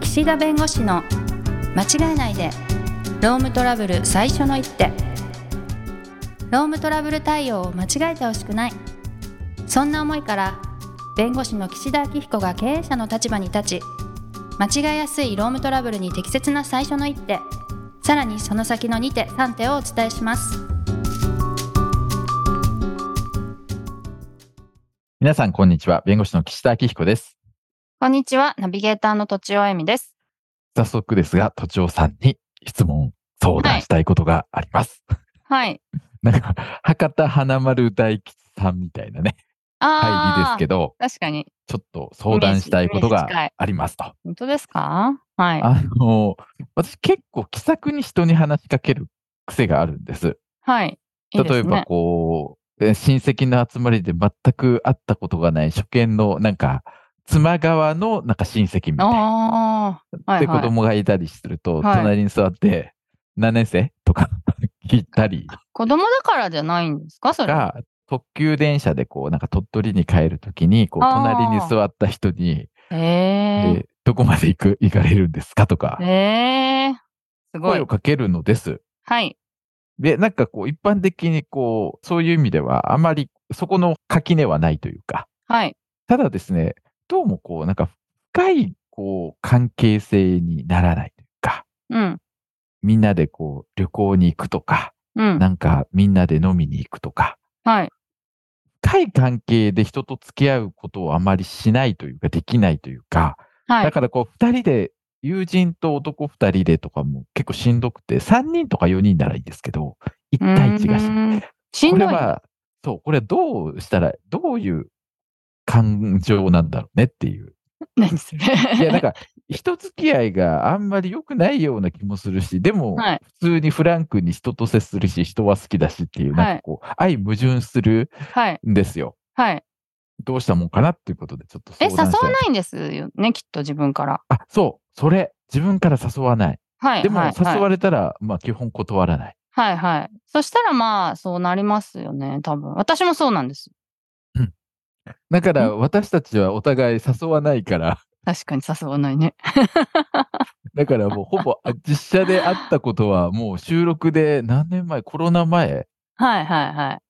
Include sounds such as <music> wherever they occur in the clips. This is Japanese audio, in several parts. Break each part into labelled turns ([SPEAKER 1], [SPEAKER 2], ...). [SPEAKER 1] 岸田弁護士の間違えないでロームトラブル最初の一手ロームトラブル対応を間違えてほしくないそんな思いから弁護士の岸田明彦が経営者の立場に立ち間違えやすいロームトラブルに適切な最初の一手さらにその先の2手3手をお伝えします
[SPEAKER 2] 皆さん、こんにちは。弁護士の岸田明彦です。
[SPEAKER 1] こんにちはナビゲーターのとちおえみです
[SPEAKER 2] 早速ですが、都庁さんに質問、相談したいことがあります。 <laughs>
[SPEAKER 1] はい
[SPEAKER 2] なんか、博多華丸大吉さんみたいなね、入りですけど、
[SPEAKER 1] 確かに
[SPEAKER 2] ちょっと相談したいこと
[SPEAKER 1] イメージイメージ近
[SPEAKER 2] が
[SPEAKER 1] い
[SPEAKER 2] ありますと。
[SPEAKER 1] 本当ですかはい
[SPEAKER 2] あの、私結構気さくに人に話しかける癖があるんです。
[SPEAKER 1] はい
[SPEAKER 2] 例えば、こう、え親戚の集まりで全く会ったことがない初見の、なんか、妻側のなんか親戚みたいな。
[SPEAKER 1] ああ、
[SPEAKER 2] で、子供がいたりすると、
[SPEAKER 1] はい
[SPEAKER 2] 隣に座って、何年生とか <laughs> 聞いたり
[SPEAKER 1] 子供だからじゃないんですかそれ。
[SPEAKER 2] が、特急電車でこう、なんか鳥取に帰るときに、こう、
[SPEAKER 1] あー
[SPEAKER 2] 隣に座った人に、
[SPEAKER 1] へえ
[SPEAKER 2] えどこまで行く、 <laughs> 行かれるんですかとか
[SPEAKER 1] ー。、へえー。すご
[SPEAKER 2] 声
[SPEAKER 1] い
[SPEAKER 2] を。かけるのです。
[SPEAKER 1] はい。
[SPEAKER 2] で、なんかこう、一般的にこう、そういう意味では、あまりそこの垣根はないというか、
[SPEAKER 1] はい。
[SPEAKER 2] ただですね、どうもこう、なんか深い、こう、関係性にならないというか、
[SPEAKER 1] うん。
[SPEAKER 2] みんなでこう、旅行に行くとか、
[SPEAKER 1] うん。
[SPEAKER 2] なんかみんなで飲みに行くとか、
[SPEAKER 1] はい。
[SPEAKER 2] 深い関係で人と付き合うことをあまりしないというか、できないというか、
[SPEAKER 1] は
[SPEAKER 2] だ
[SPEAKER 1] い。
[SPEAKER 2] からこう、二人で、友人と男二人でとかも結構しんどくて、三人とか四人ならいいんですけど、一
[SPEAKER 1] うーん
[SPEAKER 2] 対一がしんどい。
[SPEAKER 1] し
[SPEAKER 2] こ
[SPEAKER 1] ん
[SPEAKER 2] れ
[SPEAKER 1] どい。
[SPEAKER 2] は、そう、これはどうしたら、どういう感情なんだろうねっていう。
[SPEAKER 1] 何それ。
[SPEAKER 2] いや、なんか、人付き合いがあんまり良くないような気もするし、でも、
[SPEAKER 1] <laughs> はい。
[SPEAKER 2] 普通にフランクに人と接するし、人は好きだしっていう、
[SPEAKER 1] はい
[SPEAKER 2] なんかこう、相矛盾する
[SPEAKER 1] はい。
[SPEAKER 2] んですよ。
[SPEAKER 1] はい。
[SPEAKER 2] どうしたもんかなっていうことで、ちょっと
[SPEAKER 1] え、
[SPEAKER 2] 相
[SPEAKER 1] 誘わ
[SPEAKER 2] 談したい。
[SPEAKER 1] ないんですよね、きっと自分から。
[SPEAKER 2] あ、そう、それ、自分から誘わない。
[SPEAKER 1] はい。
[SPEAKER 2] でも、
[SPEAKER 1] はい、
[SPEAKER 2] 誘
[SPEAKER 1] はい
[SPEAKER 2] われたら、まあ、基本断らない。
[SPEAKER 1] はい。はい。そしたらまあ、そうなりますよね、多分。私もそうなんです。
[SPEAKER 2] だから、私たちはお互い誘わないから、 <laughs>
[SPEAKER 1] 確かに誘わないね。
[SPEAKER 2] だからもう、ほぼ、あ実写で会ったことは、もう収録で何年前、コロナ前、
[SPEAKER 1] はいはいは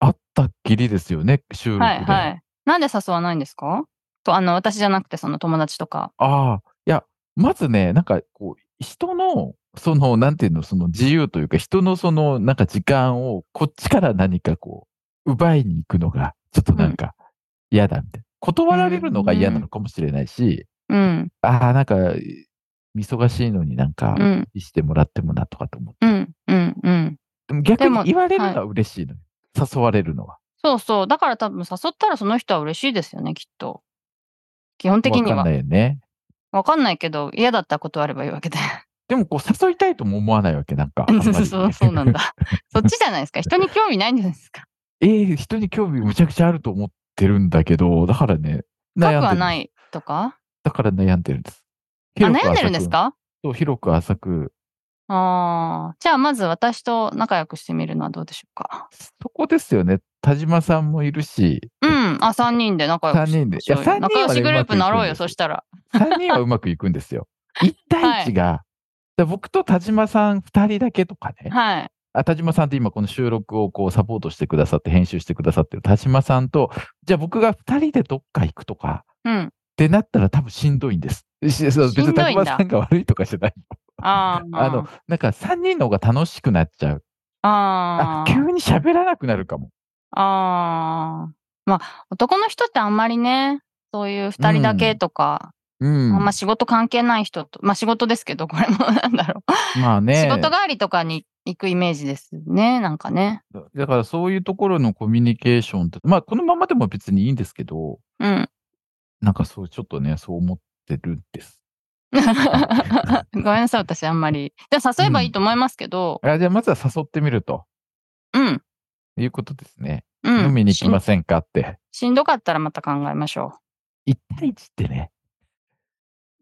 [SPEAKER 2] 会ったっきりですよね、収
[SPEAKER 1] い。
[SPEAKER 2] 録で。
[SPEAKER 1] はいはい。なんで誘わないんですかと、あの、私じゃなくて、その友達とか。
[SPEAKER 2] ああ、いや、まずね、なんかこう、人の、その、なんていうの、その自由というか、人のその、なんか時間を、こっちから何かこう、奪いに行くのが、ちょっとなんか、嫌だみたいな。断られるのが嫌なのかもしれないし、
[SPEAKER 1] うん。
[SPEAKER 2] ああ、なんか、忙しいのになんか
[SPEAKER 1] う、ん。
[SPEAKER 2] してもらってもなとかと思っ
[SPEAKER 1] うん、うん、うん。
[SPEAKER 2] て。でも逆
[SPEAKER 1] でも
[SPEAKER 2] に言われるのは嬉しいのよ。誘われるのは。
[SPEAKER 1] そうそう。だから多分誘ったらその人は嬉しいですよね、きっと。基本的
[SPEAKER 2] わ
[SPEAKER 1] に
[SPEAKER 2] かん
[SPEAKER 1] は
[SPEAKER 2] な。いよね。
[SPEAKER 1] わかんないけど、嫌だったら断ればいいわけで。
[SPEAKER 2] でもこう、誘いたいとも思わないわけ、なんか。あんまり <laughs>
[SPEAKER 1] <laughs> そう、そうなんだ。そっちじゃないですか。人に興味ないんじゃないですか。
[SPEAKER 2] えー人に興味むちゃくちゃあると思ってるんだけど、だからね、
[SPEAKER 1] 深
[SPEAKER 2] 悩
[SPEAKER 1] く
[SPEAKER 2] んで
[SPEAKER 1] は
[SPEAKER 2] る。
[SPEAKER 1] ないとか。
[SPEAKER 2] だから悩んでるんです。
[SPEAKER 1] あ、
[SPEAKER 2] 広く
[SPEAKER 1] 悩んでるんで
[SPEAKER 2] 浅
[SPEAKER 1] す
[SPEAKER 2] く
[SPEAKER 1] か
[SPEAKER 2] そう、広く浅く。
[SPEAKER 1] ああ。じゃあ、まず私と仲良くしてみるのはどうでしょうか。
[SPEAKER 2] そこですよね。田島さんもいるし、
[SPEAKER 1] うん。あ、3人で仲良くし
[SPEAKER 2] 三人でいや
[SPEAKER 1] そうよ
[SPEAKER 2] 三人はね
[SPEAKER 1] 仲良しグループになろう
[SPEAKER 2] うまくいくんで
[SPEAKER 1] よ、
[SPEAKER 2] す
[SPEAKER 1] そしたら。
[SPEAKER 2] 3人はうまくいくんで
[SPEAKER 1] <laughs>
[SPEAKER 2] すよ。1対1が、だ僕と田島さん2人だけとかね。
[SPEAKER 1] はい。
[SPEAKER 2] あ田島さんって今この収録をこうサポートしてくださって、編集してくださってる田島さんと、じゃあ僕が2人でどっか行くとか、
[SPEAKER 1] うん。
[SPEAKER 2] ってなったら多分しんどいんです。しそう別
[SPEAKER 1] しんどい
[SPEAKER 2] に
[SPEAKER 1] んだ
[SPEAKER 2] 田島さんが悪いとかじゃない。
[SPEAKER 1] あー
[SPEAKER 2] あの、なんか3人の方が楽しくなっちゃう。あ
[SPEAKER 1] あー。
[SPEAKER 2] 急に喋らなくなるかも。
[SPEAKER 1] ああ。まあ、男の人ってあんまりね、そういう二人だけとか、
[SPEAKER 2] うん。
[SPEAKER 1] あんま仕事関係ない人と、まあ仕事ですけど、これも <laughs> なんだろう。
[SPEAKER 2] まあ
[SPEAKER 1] 仕
[SPEAKER 2] ね。
[SPEAKER 1] 事帰りとかに行くイメージですね、なんかね。
[SPEAKER 2] だからそういうところのコミュニケーションって、まあこのままでも別にいいんですけど、
[SPEAKER 1] うん。
[SPEAKER 2] なんかそう、ちょっとね、そう思ってるんです。
[SPEAKER 1] ごめんなさい、私あんまり。じゃあ誘えばいいと思いますけど、
[SPEAKER 2] あじゃあまずは誘ってみると
[SPEAKER 1] うん、
[SPEAKER 2] いうことですね。
[SPEAKER 1] うん。
[SPEAKER 2] 飲みに行きませんかって。
[SPEAKER 1] しんしんどかったらまた考えましょ
[SPEAKER 2] 1対1ってね、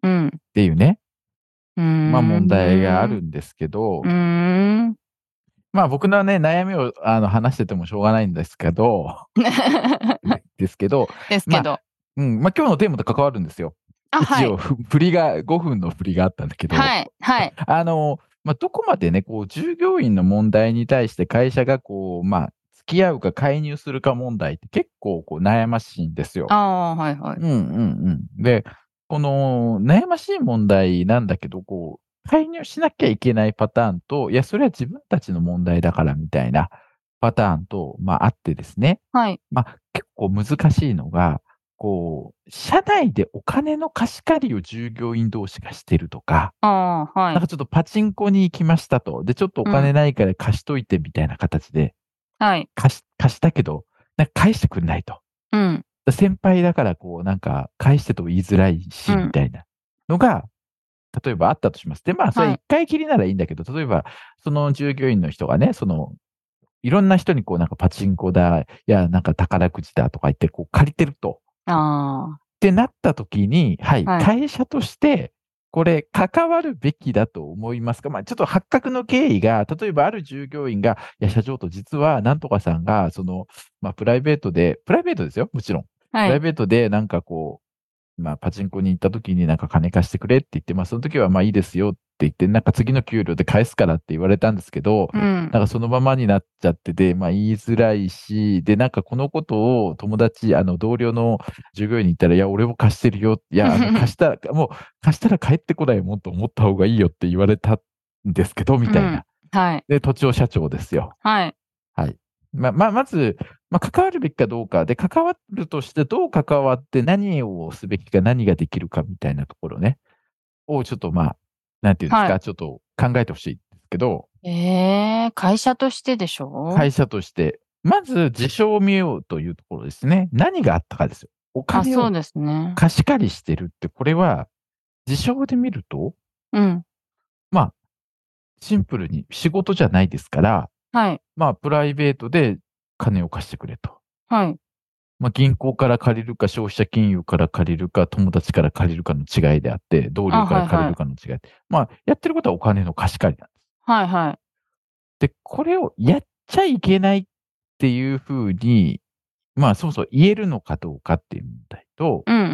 [SPEAKER 1] う。うん。
[SPEAKER 2] っていうね、
[SPEAKER 1] うーん
[SPEAKER 2] まあ問題がある。んですけど
[SPEAKER 1] う、ーん。 <laughs>
[SPEAKER 2] まあ僕のね、悩みをあの話しててもしょうがないんです
[SPEAKER 1] <laughs>
[SPEAKER 2] けど、ですけど、
[SPEAKER 1] ですけど。
[SPEAKER 2] うん、まあ今日のテーマと関わるんですよ。
[SPEAKER 1] あ、は
[SPEAKER 2] 一
[SPEAKER 1] い
[SPEAKER 2] 応、。ふ振りが、5分の振りがあったんだけど、
[SPEAKER 1] はい。はい。
[SPEAKER 2] あの、まあ、どこまでね、こう、従業員の問題に対して会社がこう、まあ、付き合うか介入するか問題って結構こう悩ましいんですよ。
[SPEAKER 1] ああ、はいはい。
[SPEAKER 2] うんうんうん。で、この悩ましい問題なんだけど、こう、介入しなきゃいけないパターンと、いや、それは自分たちの問題だからみたいなパターンと、まああってですね。
[SPEAKER 1] はい。
[SPEAKER 2] まあ結構難しいのが、こう、社内でお金の貸し借りを従業員同士がしてるとか、
[SPEAKER 1] ああ、は
[SPEAKER 2] なん
[SPEAKER 1] い。
[SPEAKER 2] かちょっとパチンコに行きましたと。で、ちょっとお金ないから貸しといてみたいな形で、
[SPEAKER 1] はい。
[SPEAKER 2] 貸し、貸したけど、なんか返してくんないと。
[SPEAKER 1] うん。
[SPEAKER 2] 先輩だから、こう、なんか、返してと言いづらいし、
[SPEAKER 1] うん
[SPEAKER 2] みたいなのが、例えばあったとします。で、まあ、それ
[SPEAKER 1] はい
[SPEAKER 2] 一回きりならいいんだけど、例えば、その従業員の人がね、その、いろんな人に、こう、なんかパチンコだ、いや、なんか宝くじだとか言って、こう、借りてると。
[SPEAKER 1] あ
[SPEAKER 2] ってなった時に、はい、
[SPEAKER 1] はい
[SPEAKER 2] 会社として、これ、関わるべきだと思いますかまあ、ちょっと発覚の経緯が、例えばある従業員が、いや、社長と実は、なんとかさんが、その、まあ、プライベートで、プライベートですよ、もちろん。
[SPEAKER 1] あ。は
[SPEAKER 2] プライ
[SPEAKER 1] い。
[SPEAKER 2] ベートでなんかこう、まあ、パチンコに行った時になんか金貸してくれって言って、まあ、その時はまあいいですよって言って、なんか次の給料で返すからって言われたんですけど、
[SPEAKER 1] うん
[SPEAKER 2] な。んかそのままになっちゃってて、まあ言いづらいし、で、なんかこのことを友達、あの同僚の従業員に言ったら、いや、俺も貸してるよ。いや、あ
[SPEAKER 1] <laughs>
[SPEAKER 2] の貸したら、もう貸したら帰ってこないもんと思った方がいいよって言われたんですけど、みたい
[SPEAKER 1] うん
[SPEAKER 2] な。
[SPEAKER 1] はい。
[SPEAKER 2] で、土地を社長ですよ。
[SPEAKER 1] はい。
[SPEAKER 2] まあ、まあ、まず、まあ、関わるべきかどうかで、関わるとしてどう関わって何をすべきか何ができるかみたいなところね、をちょっとまあ、なんていうんですか、
[SPEAKER 1] は
[SPEAKER 2] ちょっと考えてほしいんですけど、
[SPEAKER 1] ええ、会社としてでしょ
[SPEAKER 2] 会社として、まず事象を見ようというところですね。何があったかですよ。お
[SPEAKER 1] あ、
[SPEAKER 2] 金
[SPEAKER 1] そ
[SPEAKER 2] を
[SPEAKER 1] うですね。
[SPEAKER 2] 貸し借りしてるって、これは事象で見ると、
[SPEAKER 1] うん。
[SPEAKER 2] シンプルに仕事じゃないですから、
[SPEAKER 1] はい。
[SPEAKER 2] まあ、プライベートで金を貸してくれと。
[SPEAKER 1] はい。
[SPEAKER 2] まあ、銀行から借りるか、消費者金融から借りるか、友達から借りるかの違いであって、同僚か
[SPEAKER 1] あはいは
[SPEAKER 2] ら
[SPEAKER 1] い
[SPEAKER 2] 借りるかの違い。まあ、やってることはお金の貸し借りなんで
[SPEAKER 1] はい。はい。
[SPEAKER 2] す。で、これをやっちゃいけないっていうふうに、まあ、そもそも言えるのかどうかっていう問題と、
[SPEAKER 1] うん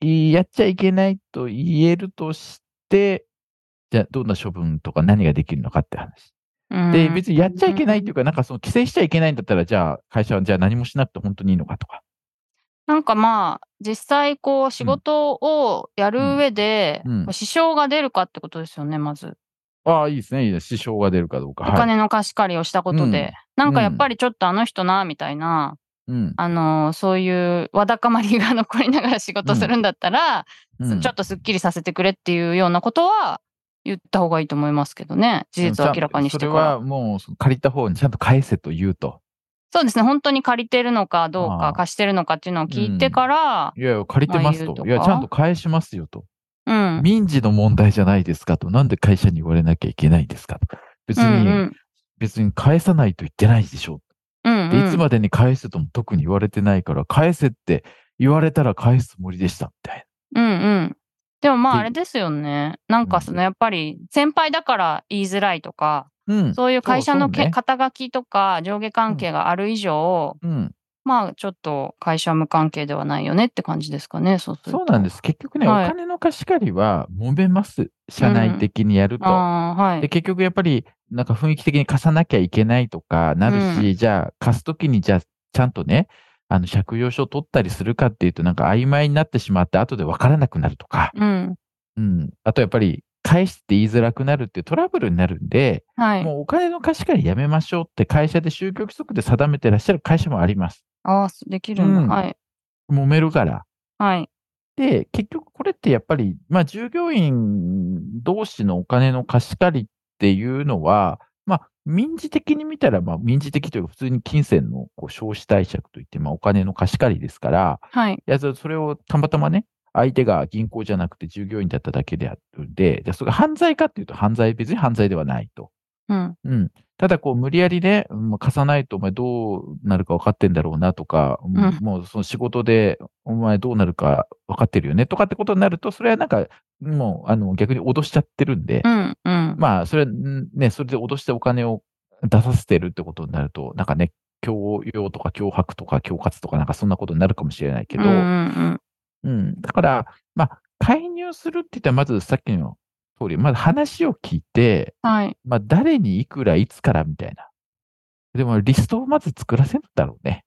[SPEAKER 1] うん。
[SPEAKER 2] いやっちゃいけないと言えるとして、じゃあ、どんな処分とか何ができるのかって話。
[SPEAKER 1] うん
[SPEAKER 2] で、別にやっちゃいけないっていうか、なんかその規制しちゃいけないんだったら、じゃあ、会社はじゃあ何もしなくて本当にいいのかとか。
[SPEAKER 1] なんかまあ、実際こう、仕事をやる上で、
[SPEAKER 2] うんうん
[SPEAKER 1] こう支障が出るかってことですよね、まず。
[SPEAKER 2] ああ、いいですね。いいです。支障が出るかどうか。
[SPEAKER 1] お
[SPEAKER 2] はい
[SPEAKER 1] 金の貸し借りをしたことで。なんかやっぱりちょっとあの人な、みたいな、
[SPEAKER 2] うん
[SPEAKER 1] あのーそういうわだかまりが残りながら仕事するんだったら、
[SPEAKER 2] うん
[SPEAKER 1] ちょっとすっきりさせてくれっていうようなことは言った方がいいと思いますけどね。事実を明らかにしてか
[SPEAKER 2] それ
[SPEAKER 1] ら。
[SPEAKER 2] はもうその借りた方にちゃんと返せと言うと。
[SPEAKER 1] そうですね。本当に借りてるのかどう
[SPEAKER 2] あ
[SPEAKER 1] か
[SPEAKER 2] あ
[SPEAKER 1] 貸してるのかっていうのを聞いてから、
[SPEAKER 2] いやいや、借りてます
[SPEAKER 1] ああいうと
[SPEAKER 2] と。
[SPEAKER 1] か
[SPEAKER 2] いや、ちゃんと返しますよと。
[SPEAKER 1] うん。うん
[SPEAKER 2] 民事の問題じゃないですかと。なんで会社に言われなきゃいけないんですかと。別
[SPEAKER 1] う
[SPEAKER 2] に、
[SPEAKER 1] ん
[SPEAKER 2] 別に返さないと言ってないでしょ。
[SPEAKER 1] うん
[SPEAKER 2] で
[SPEAKER 1] うん
[SPEAKER 2] いつまでに返せとも特に言われてないから、返せって言われたら返すつもりでしたみたい
[SPEAKER 1] うんうん。でもまあ
[SPEAKER 2] で
[SPEAKER 1] あれですよね。なんかそのやっぱり先輩だから言いづらいとか、
[SPEAKER 2] な。うん。
[SPEAKER 1] そういう会社のけ
[SPEAKER 2] そうね
[SPEAKER 1] 肩書きとか上下関係がある以上、
[SPEAKER 2] うん、
[SPEAKER 1] まあちょっと会社無関係ではないよねって感じですかね。そうすると
[SPEAKER 2] そうなんです。結局ね、
[SPEAKER 1] はい
[SPEAKER 2] お金の貸し借りは揉めます。社内的にやると。
[SPEAKER 1] ああ、は
[SPEAKER 2] で、
[SPEAKER 1] い。
[SPEAKER 2] 結局やっぱり、なんか雰囲気的に貸さなきゃいけないとかなるし、じゃあ貸すときにじゃあちゃんとね、あの、借用書を取ったりするかっていうと、なんか曖昧になってしまって、後で分からなくなるとか、
[SPEAKER 1] うん。
[SPEAKER 2] うん。あとやっぱり、返して言いづらくなるっていうトラブルになるんで、
[SPEAKER 1] はい。
[SPEAKER 2] もうお金の貸し借りやめましょうって会社で宗教規則で定めてらっしゃる会社もあります。
[SPEAKER 1] ああ、できるんだ。
[SPEAKER 2] うん
[SPEAKER 1] はい。
[SPEAKER 2] 揉めるから。
[SPEAKER 1] はい。
[SPEAKER 2] で、結局これってやっぱり、まあ、従業員同士のお金の貸し借りっていうのは、まあ、民事的に見たら、まあ、民事的というか、普通に金銭のこう消費貸借といって、まあ、お金の貸し借りですから、
[SPEAKER 1] はい。
[SPEAKER 2] いや、そそれをたまたまね、相手が銀行じゃなくて従業員だっただけであるんで、じゃあそれが犯罪かっていうと、犯罪、別に犯罪ではないと。
[SPEAKER 1] うん。
[SPEAKER 2] うん。ただ、こう、無理やりね、うんまあ貸さないとお前どうなるか分かってんだろうなとか、うん
[SPEAKER 1] うん
[SPEAKER 2] もうその仕事でお前どうなるか分かってるよねとかってことになると、それはなんか、もう、あの、逆に脅しちゃってるんで
[SPEAKER 1] う、ん。うん。
[SPEAKER 2] まあ、それは、んね、それで脅してお金を出させてるってことになると、なんかね、強要とか脅迫とか恐喝とかなんかそんなことになるかもしれないけど、
[SPEAKER 1] うんうんうん
[SPEAKER 2] うん。だから、まあ、介入するって言ったら、まずさっきの通り、まず話を聞いて、
[SPEAKER 3] はい。
[SPEAKER 2] まあ、誰にいくらいつからみたいな。でも、リストをまず作らせるんだろうね。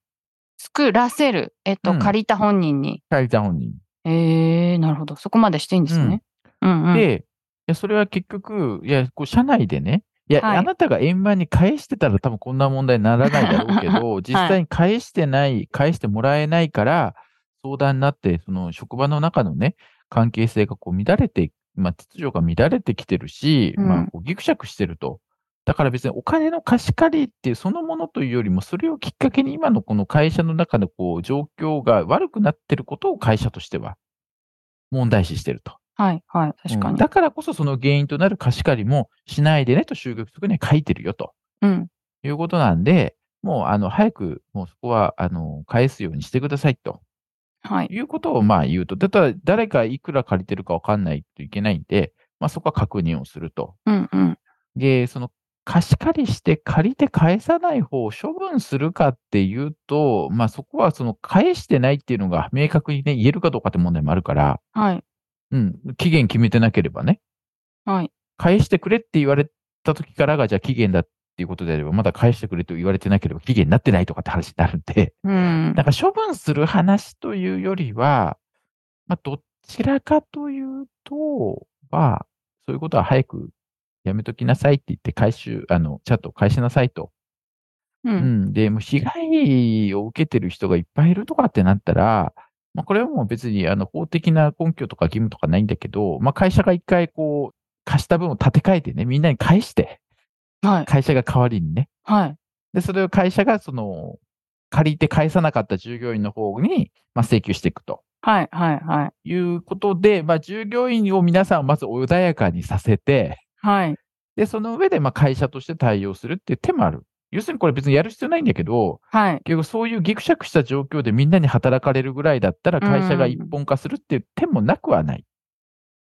[SPEAKER 3] 作らせる。えっと、
[SPEAKER 2] うん
[SPEAKER 3] 借りた本人に。
[SPEAKER 2] 借りた本人。
[SPEAKER 3] ええなるほど。そこまでしていいんですね。うん、うん、
[SPEAKER 2] で、いや、それは結局、いや、こう、社内でね、いや、
[SPEAKER 3] はい
[SPEAKER 2] あなたが円満に返してたら多分こんな問題にならないだろう
[SPEAKER 3] <laughs>
[SPEAKER 2] けど、実際に返してない、返してもらえないから、相談になって、その職場の中のね、関係性がこう乱れて、まあ、秩序が乱れてきてるし、
[SPEAKER 3] うん
[SPEAKER 2] まあ、こうギクシャクしてると。だから別にお金の貸し借りっていうそのものというよりも、それをきっかけに今のこの会社の中のこう状況が悪くなってることを会社としては問題視してると。
[SPEAKER 3] はい、はい。確か
[SPEAKER 2] うん
[SPEAKER 3] に。
[SPEAKER 2] だからこそその原因となる貸し借りもしないでねと集客局には書いてるよと
[SPEAKER 3] うん。
[SPEAKER 2] いうことなんで、もうあの早くもうそこはあの返すようにしてくださいと
[SPEAKER 3] はい。
[SPEAKER 2] いうことをまあ言うと、だったら誰がいくら借りてるかわかんないといけないんで、まあ、そこは確認をすると。
[SPEAKER 3] うん、うん。
[SPEAKER 2] で、その貸し借りして借りて返さない方を処分するかっていうと、まあ、そこはその返してないっていうのが明確に、ね、言えるかどうかって問題もあるから、
[SPEAKER 3] はい。
[SPEAKER 2] うん、期限決めてなければね。
[SPEAKER 3] はい。
[SPEAKER 2] 返してくれって言われた時からが、じゃあ期限だっていうことであれば、まだ返してくれと言われてなければ期限になってないとかって話になるんで、
[SPEAKER 3] <laughs> うん
[SPEAKER 2] だ。から処分する話というよりは、まあ、どちらかというと、まあ、そういうことは早くやめときなさいって言って、回収、あの、ちゃんと返しなさいと。
[SPEAKER 3] う。
[SPEAKER 2] うんん。で、もう被害を受けてる人がいっぱいいるとかってなったら、まあ、これはもう別にあの法的な根拠とか義務とかないんだけど、まあ、会社が一回こう、貸した分を立て替えてね、みんなに返して、
[SPEAKER 3] はい。
[SPEAKER 2] 会社が代わりにね。
[SPEAKER 3] はい。
[SPEAKER 2] で、それを会社がその、借りて返さなかった従業員の方に、まあ、請求していくと
[SPEAKER 3] はい。はい。はい。
[SPEAKER 2] いうことで、まあ、従業員を皆さんをまず穏やかにさせて、
[SPEAKER 3] はい。
[SPEAKER 2] で、その上でまあ会社として対応するっていう手もある。要するにこれ別にやる必要ないんだけど、
[SPEAKER 3] はい。
[SPEAKER 2] 結局そういうギクシャクした状況でみんなに働かれるぐらいだったら会社が一本化するっていう手もなくはない。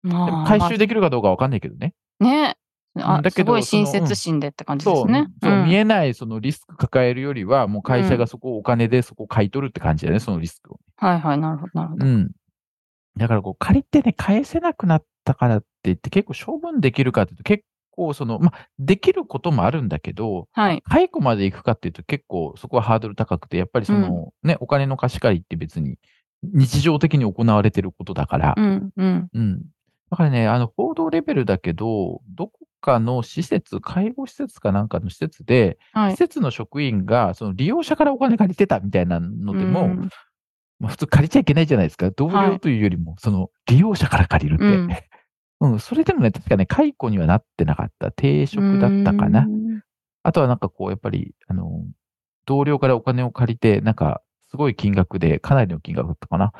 [SPEAKER 2] でも
[SPEAKER 3] まあ
[SPEAKER 2] 回収できるかどうかわかんないけどね。
[SPEAKER 3] ね。あ
[SPEAKER 2] うんだけ
[SPEAKER 3] す
[SPEAKER 2] ど
[SPEAKER 3] ごい
[SPEAKER 2] その
[SPEAKER 3] 親切心でって感じで
[SPEAKER 2] そ
[SPEAKER 3] す
[SPEAKER 2] う、
[SPEAKER 3] ね。
[SPEAKER 2] そう
[SPEAKER 3] うん
[SPEAKER 2] 見えないそのリスク抱えるよりは、もう会社がそこをお金でそこを買い取るって感じだね、そのリスクを。
[SPEAKER 3] はいはい、なるほど、なるほど。
[SPEAKER 2] うん。だからこう借りてね、返せなくなったからって言って結構処分できるかっていうと結構その、まあ、できることもあるんだけど、
[SPEAKER 3] はい。
[SPEAKER 2] 解雇まで行くかっていうと結構そこはハードル高くて、やっぱりその、ね、お金の貸し借りって別に日常的に行われてることだから
[SPEAKER 3] う、ん、うん。
[SPEAKER 2] うん。だからね、あの、報道レベルだけど、どこかの施設、介護施設かなんかの施設で、
[SPEAKER 3] は
[SPEAKER 2] 施
[SPEAKER 3] い。
[SPEAKER 2] 設の職員が、その利用者からお金借りてたみたいなのでも、
[SPEAKER 3] うん
[SPEAKER 2] まあ、普通借りちゃいけないじゃないですか。同僚というよりも、その利用者から借りるって。うん、それでもね、確かね、解雇にはなってなかった。定職だったかな。
[SPEAKER 3] うん
[SPEAKER 2] あとはなんかこう、やっぱり、あの、同僚からお金を借りて、なんか、すごい金額で、かなりの金額だったかな。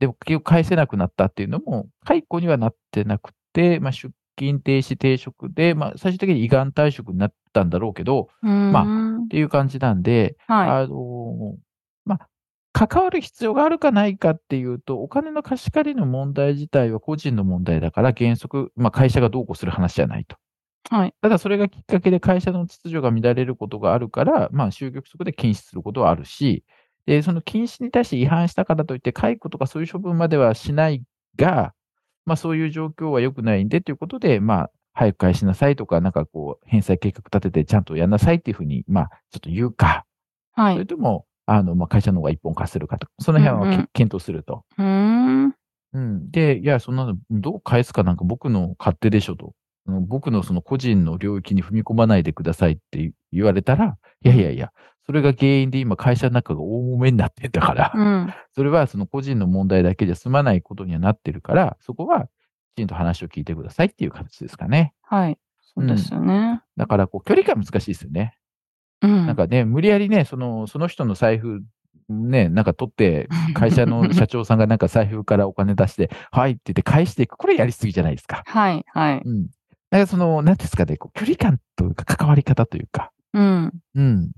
[SPEAKER 2] でも、結局返せなくなったっていうのも、解雇にはなってなくて、まあ、出勤停止、停職で、まあ、最終的に依願退職になったんだろうけど、まっていう感じなんで、
[SPEAKER 3] あ、はい。
[SPEAKER 2] あの、まあ、関わる必要があるかないかっていうと、お金の貸し借りの問題自体は個人の問題だから、原則、まあ、会社がどうこうする話じゃないと。
[SPEAKER 3] はい。
[SPEAKER 2] ただそれがきっかけで会社の秩序が乱れることがあるから、まあ、就業規則で禁止することはあるし、で、その禁止に対して違反したからといって、解雇とかそういう処分まではしないが、まあ、そういう状況は良くないんでということで、まあ、早く返しなさいとか、なんかこう、返済計画立ててちゃんとやんなさいっていうふうに、まあ、ちょっと言うか、
[SPEAKER 3] は
[SPEAKER 2] そ
[SPEAKER 3] い。
[SPEAKER 2] れ
[SPEAKER 3] う
[SPEAKER 2] とも、あの、まあ、会社の方が一本化するかとか、その辺はけ
[SPEAKER 3] うんうん
[SPEAKER 2] 検討すると。
[SPEAKER 3] ーん。
[SPEAKER 2] うん。で、いや、そんなの、どう返すかなんか僕の勝手でしょと。あの僕のその個人の領域に踏み込まないでくださいって言われたら、いやいやいや、それが原因で今会社の中が大揉めになってんだから、
[SPEAKER 3] うん。
[SPEAKER 2] それはその個人の問題だけじゃ済まないことにはなってるから、そこはきちんと話を聞いてくださいっていう形ですかね。
[SPEAKER 3] はい。そうですよね。
[SPEAKER 2] だから、こう、距離感難しいですよね。
[SPEAKER 3] うん。
[SPEAKER 2] なんかね、無理やりね、その、その人の財布、ね、なんか取って、
[SPEAKER 1] <laughs>
[SPEAKER 2] 会社
[SPEAKER 3] <laughs>
[SPEAKER 2] の社長さんがなんか財布からお金出して、 <laughs> はいって言って返していく。これやりすぎじゃないですか。
[SPEAKER 3] はい、はい。
[SPEAKER 2] うん。だからその、なんていうんですかね、こう距離感というか関わり方というか、
[SPEAKER 3] うん。
[SPEAKER 2] うん。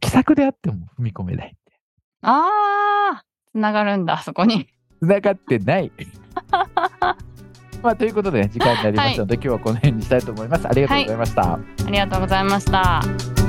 [SPEAKER 2] 気さくであっても踏み込めない。
[SPEAKER 3] ああ、つながるんだ、そこに。
[SPEAKER 2] 繋がってない。まあ、ということで、時間になりましたので、今日はこの辺にしたいと思います。ありがとうございました。
[SPEAKER 3] ありがとうございました。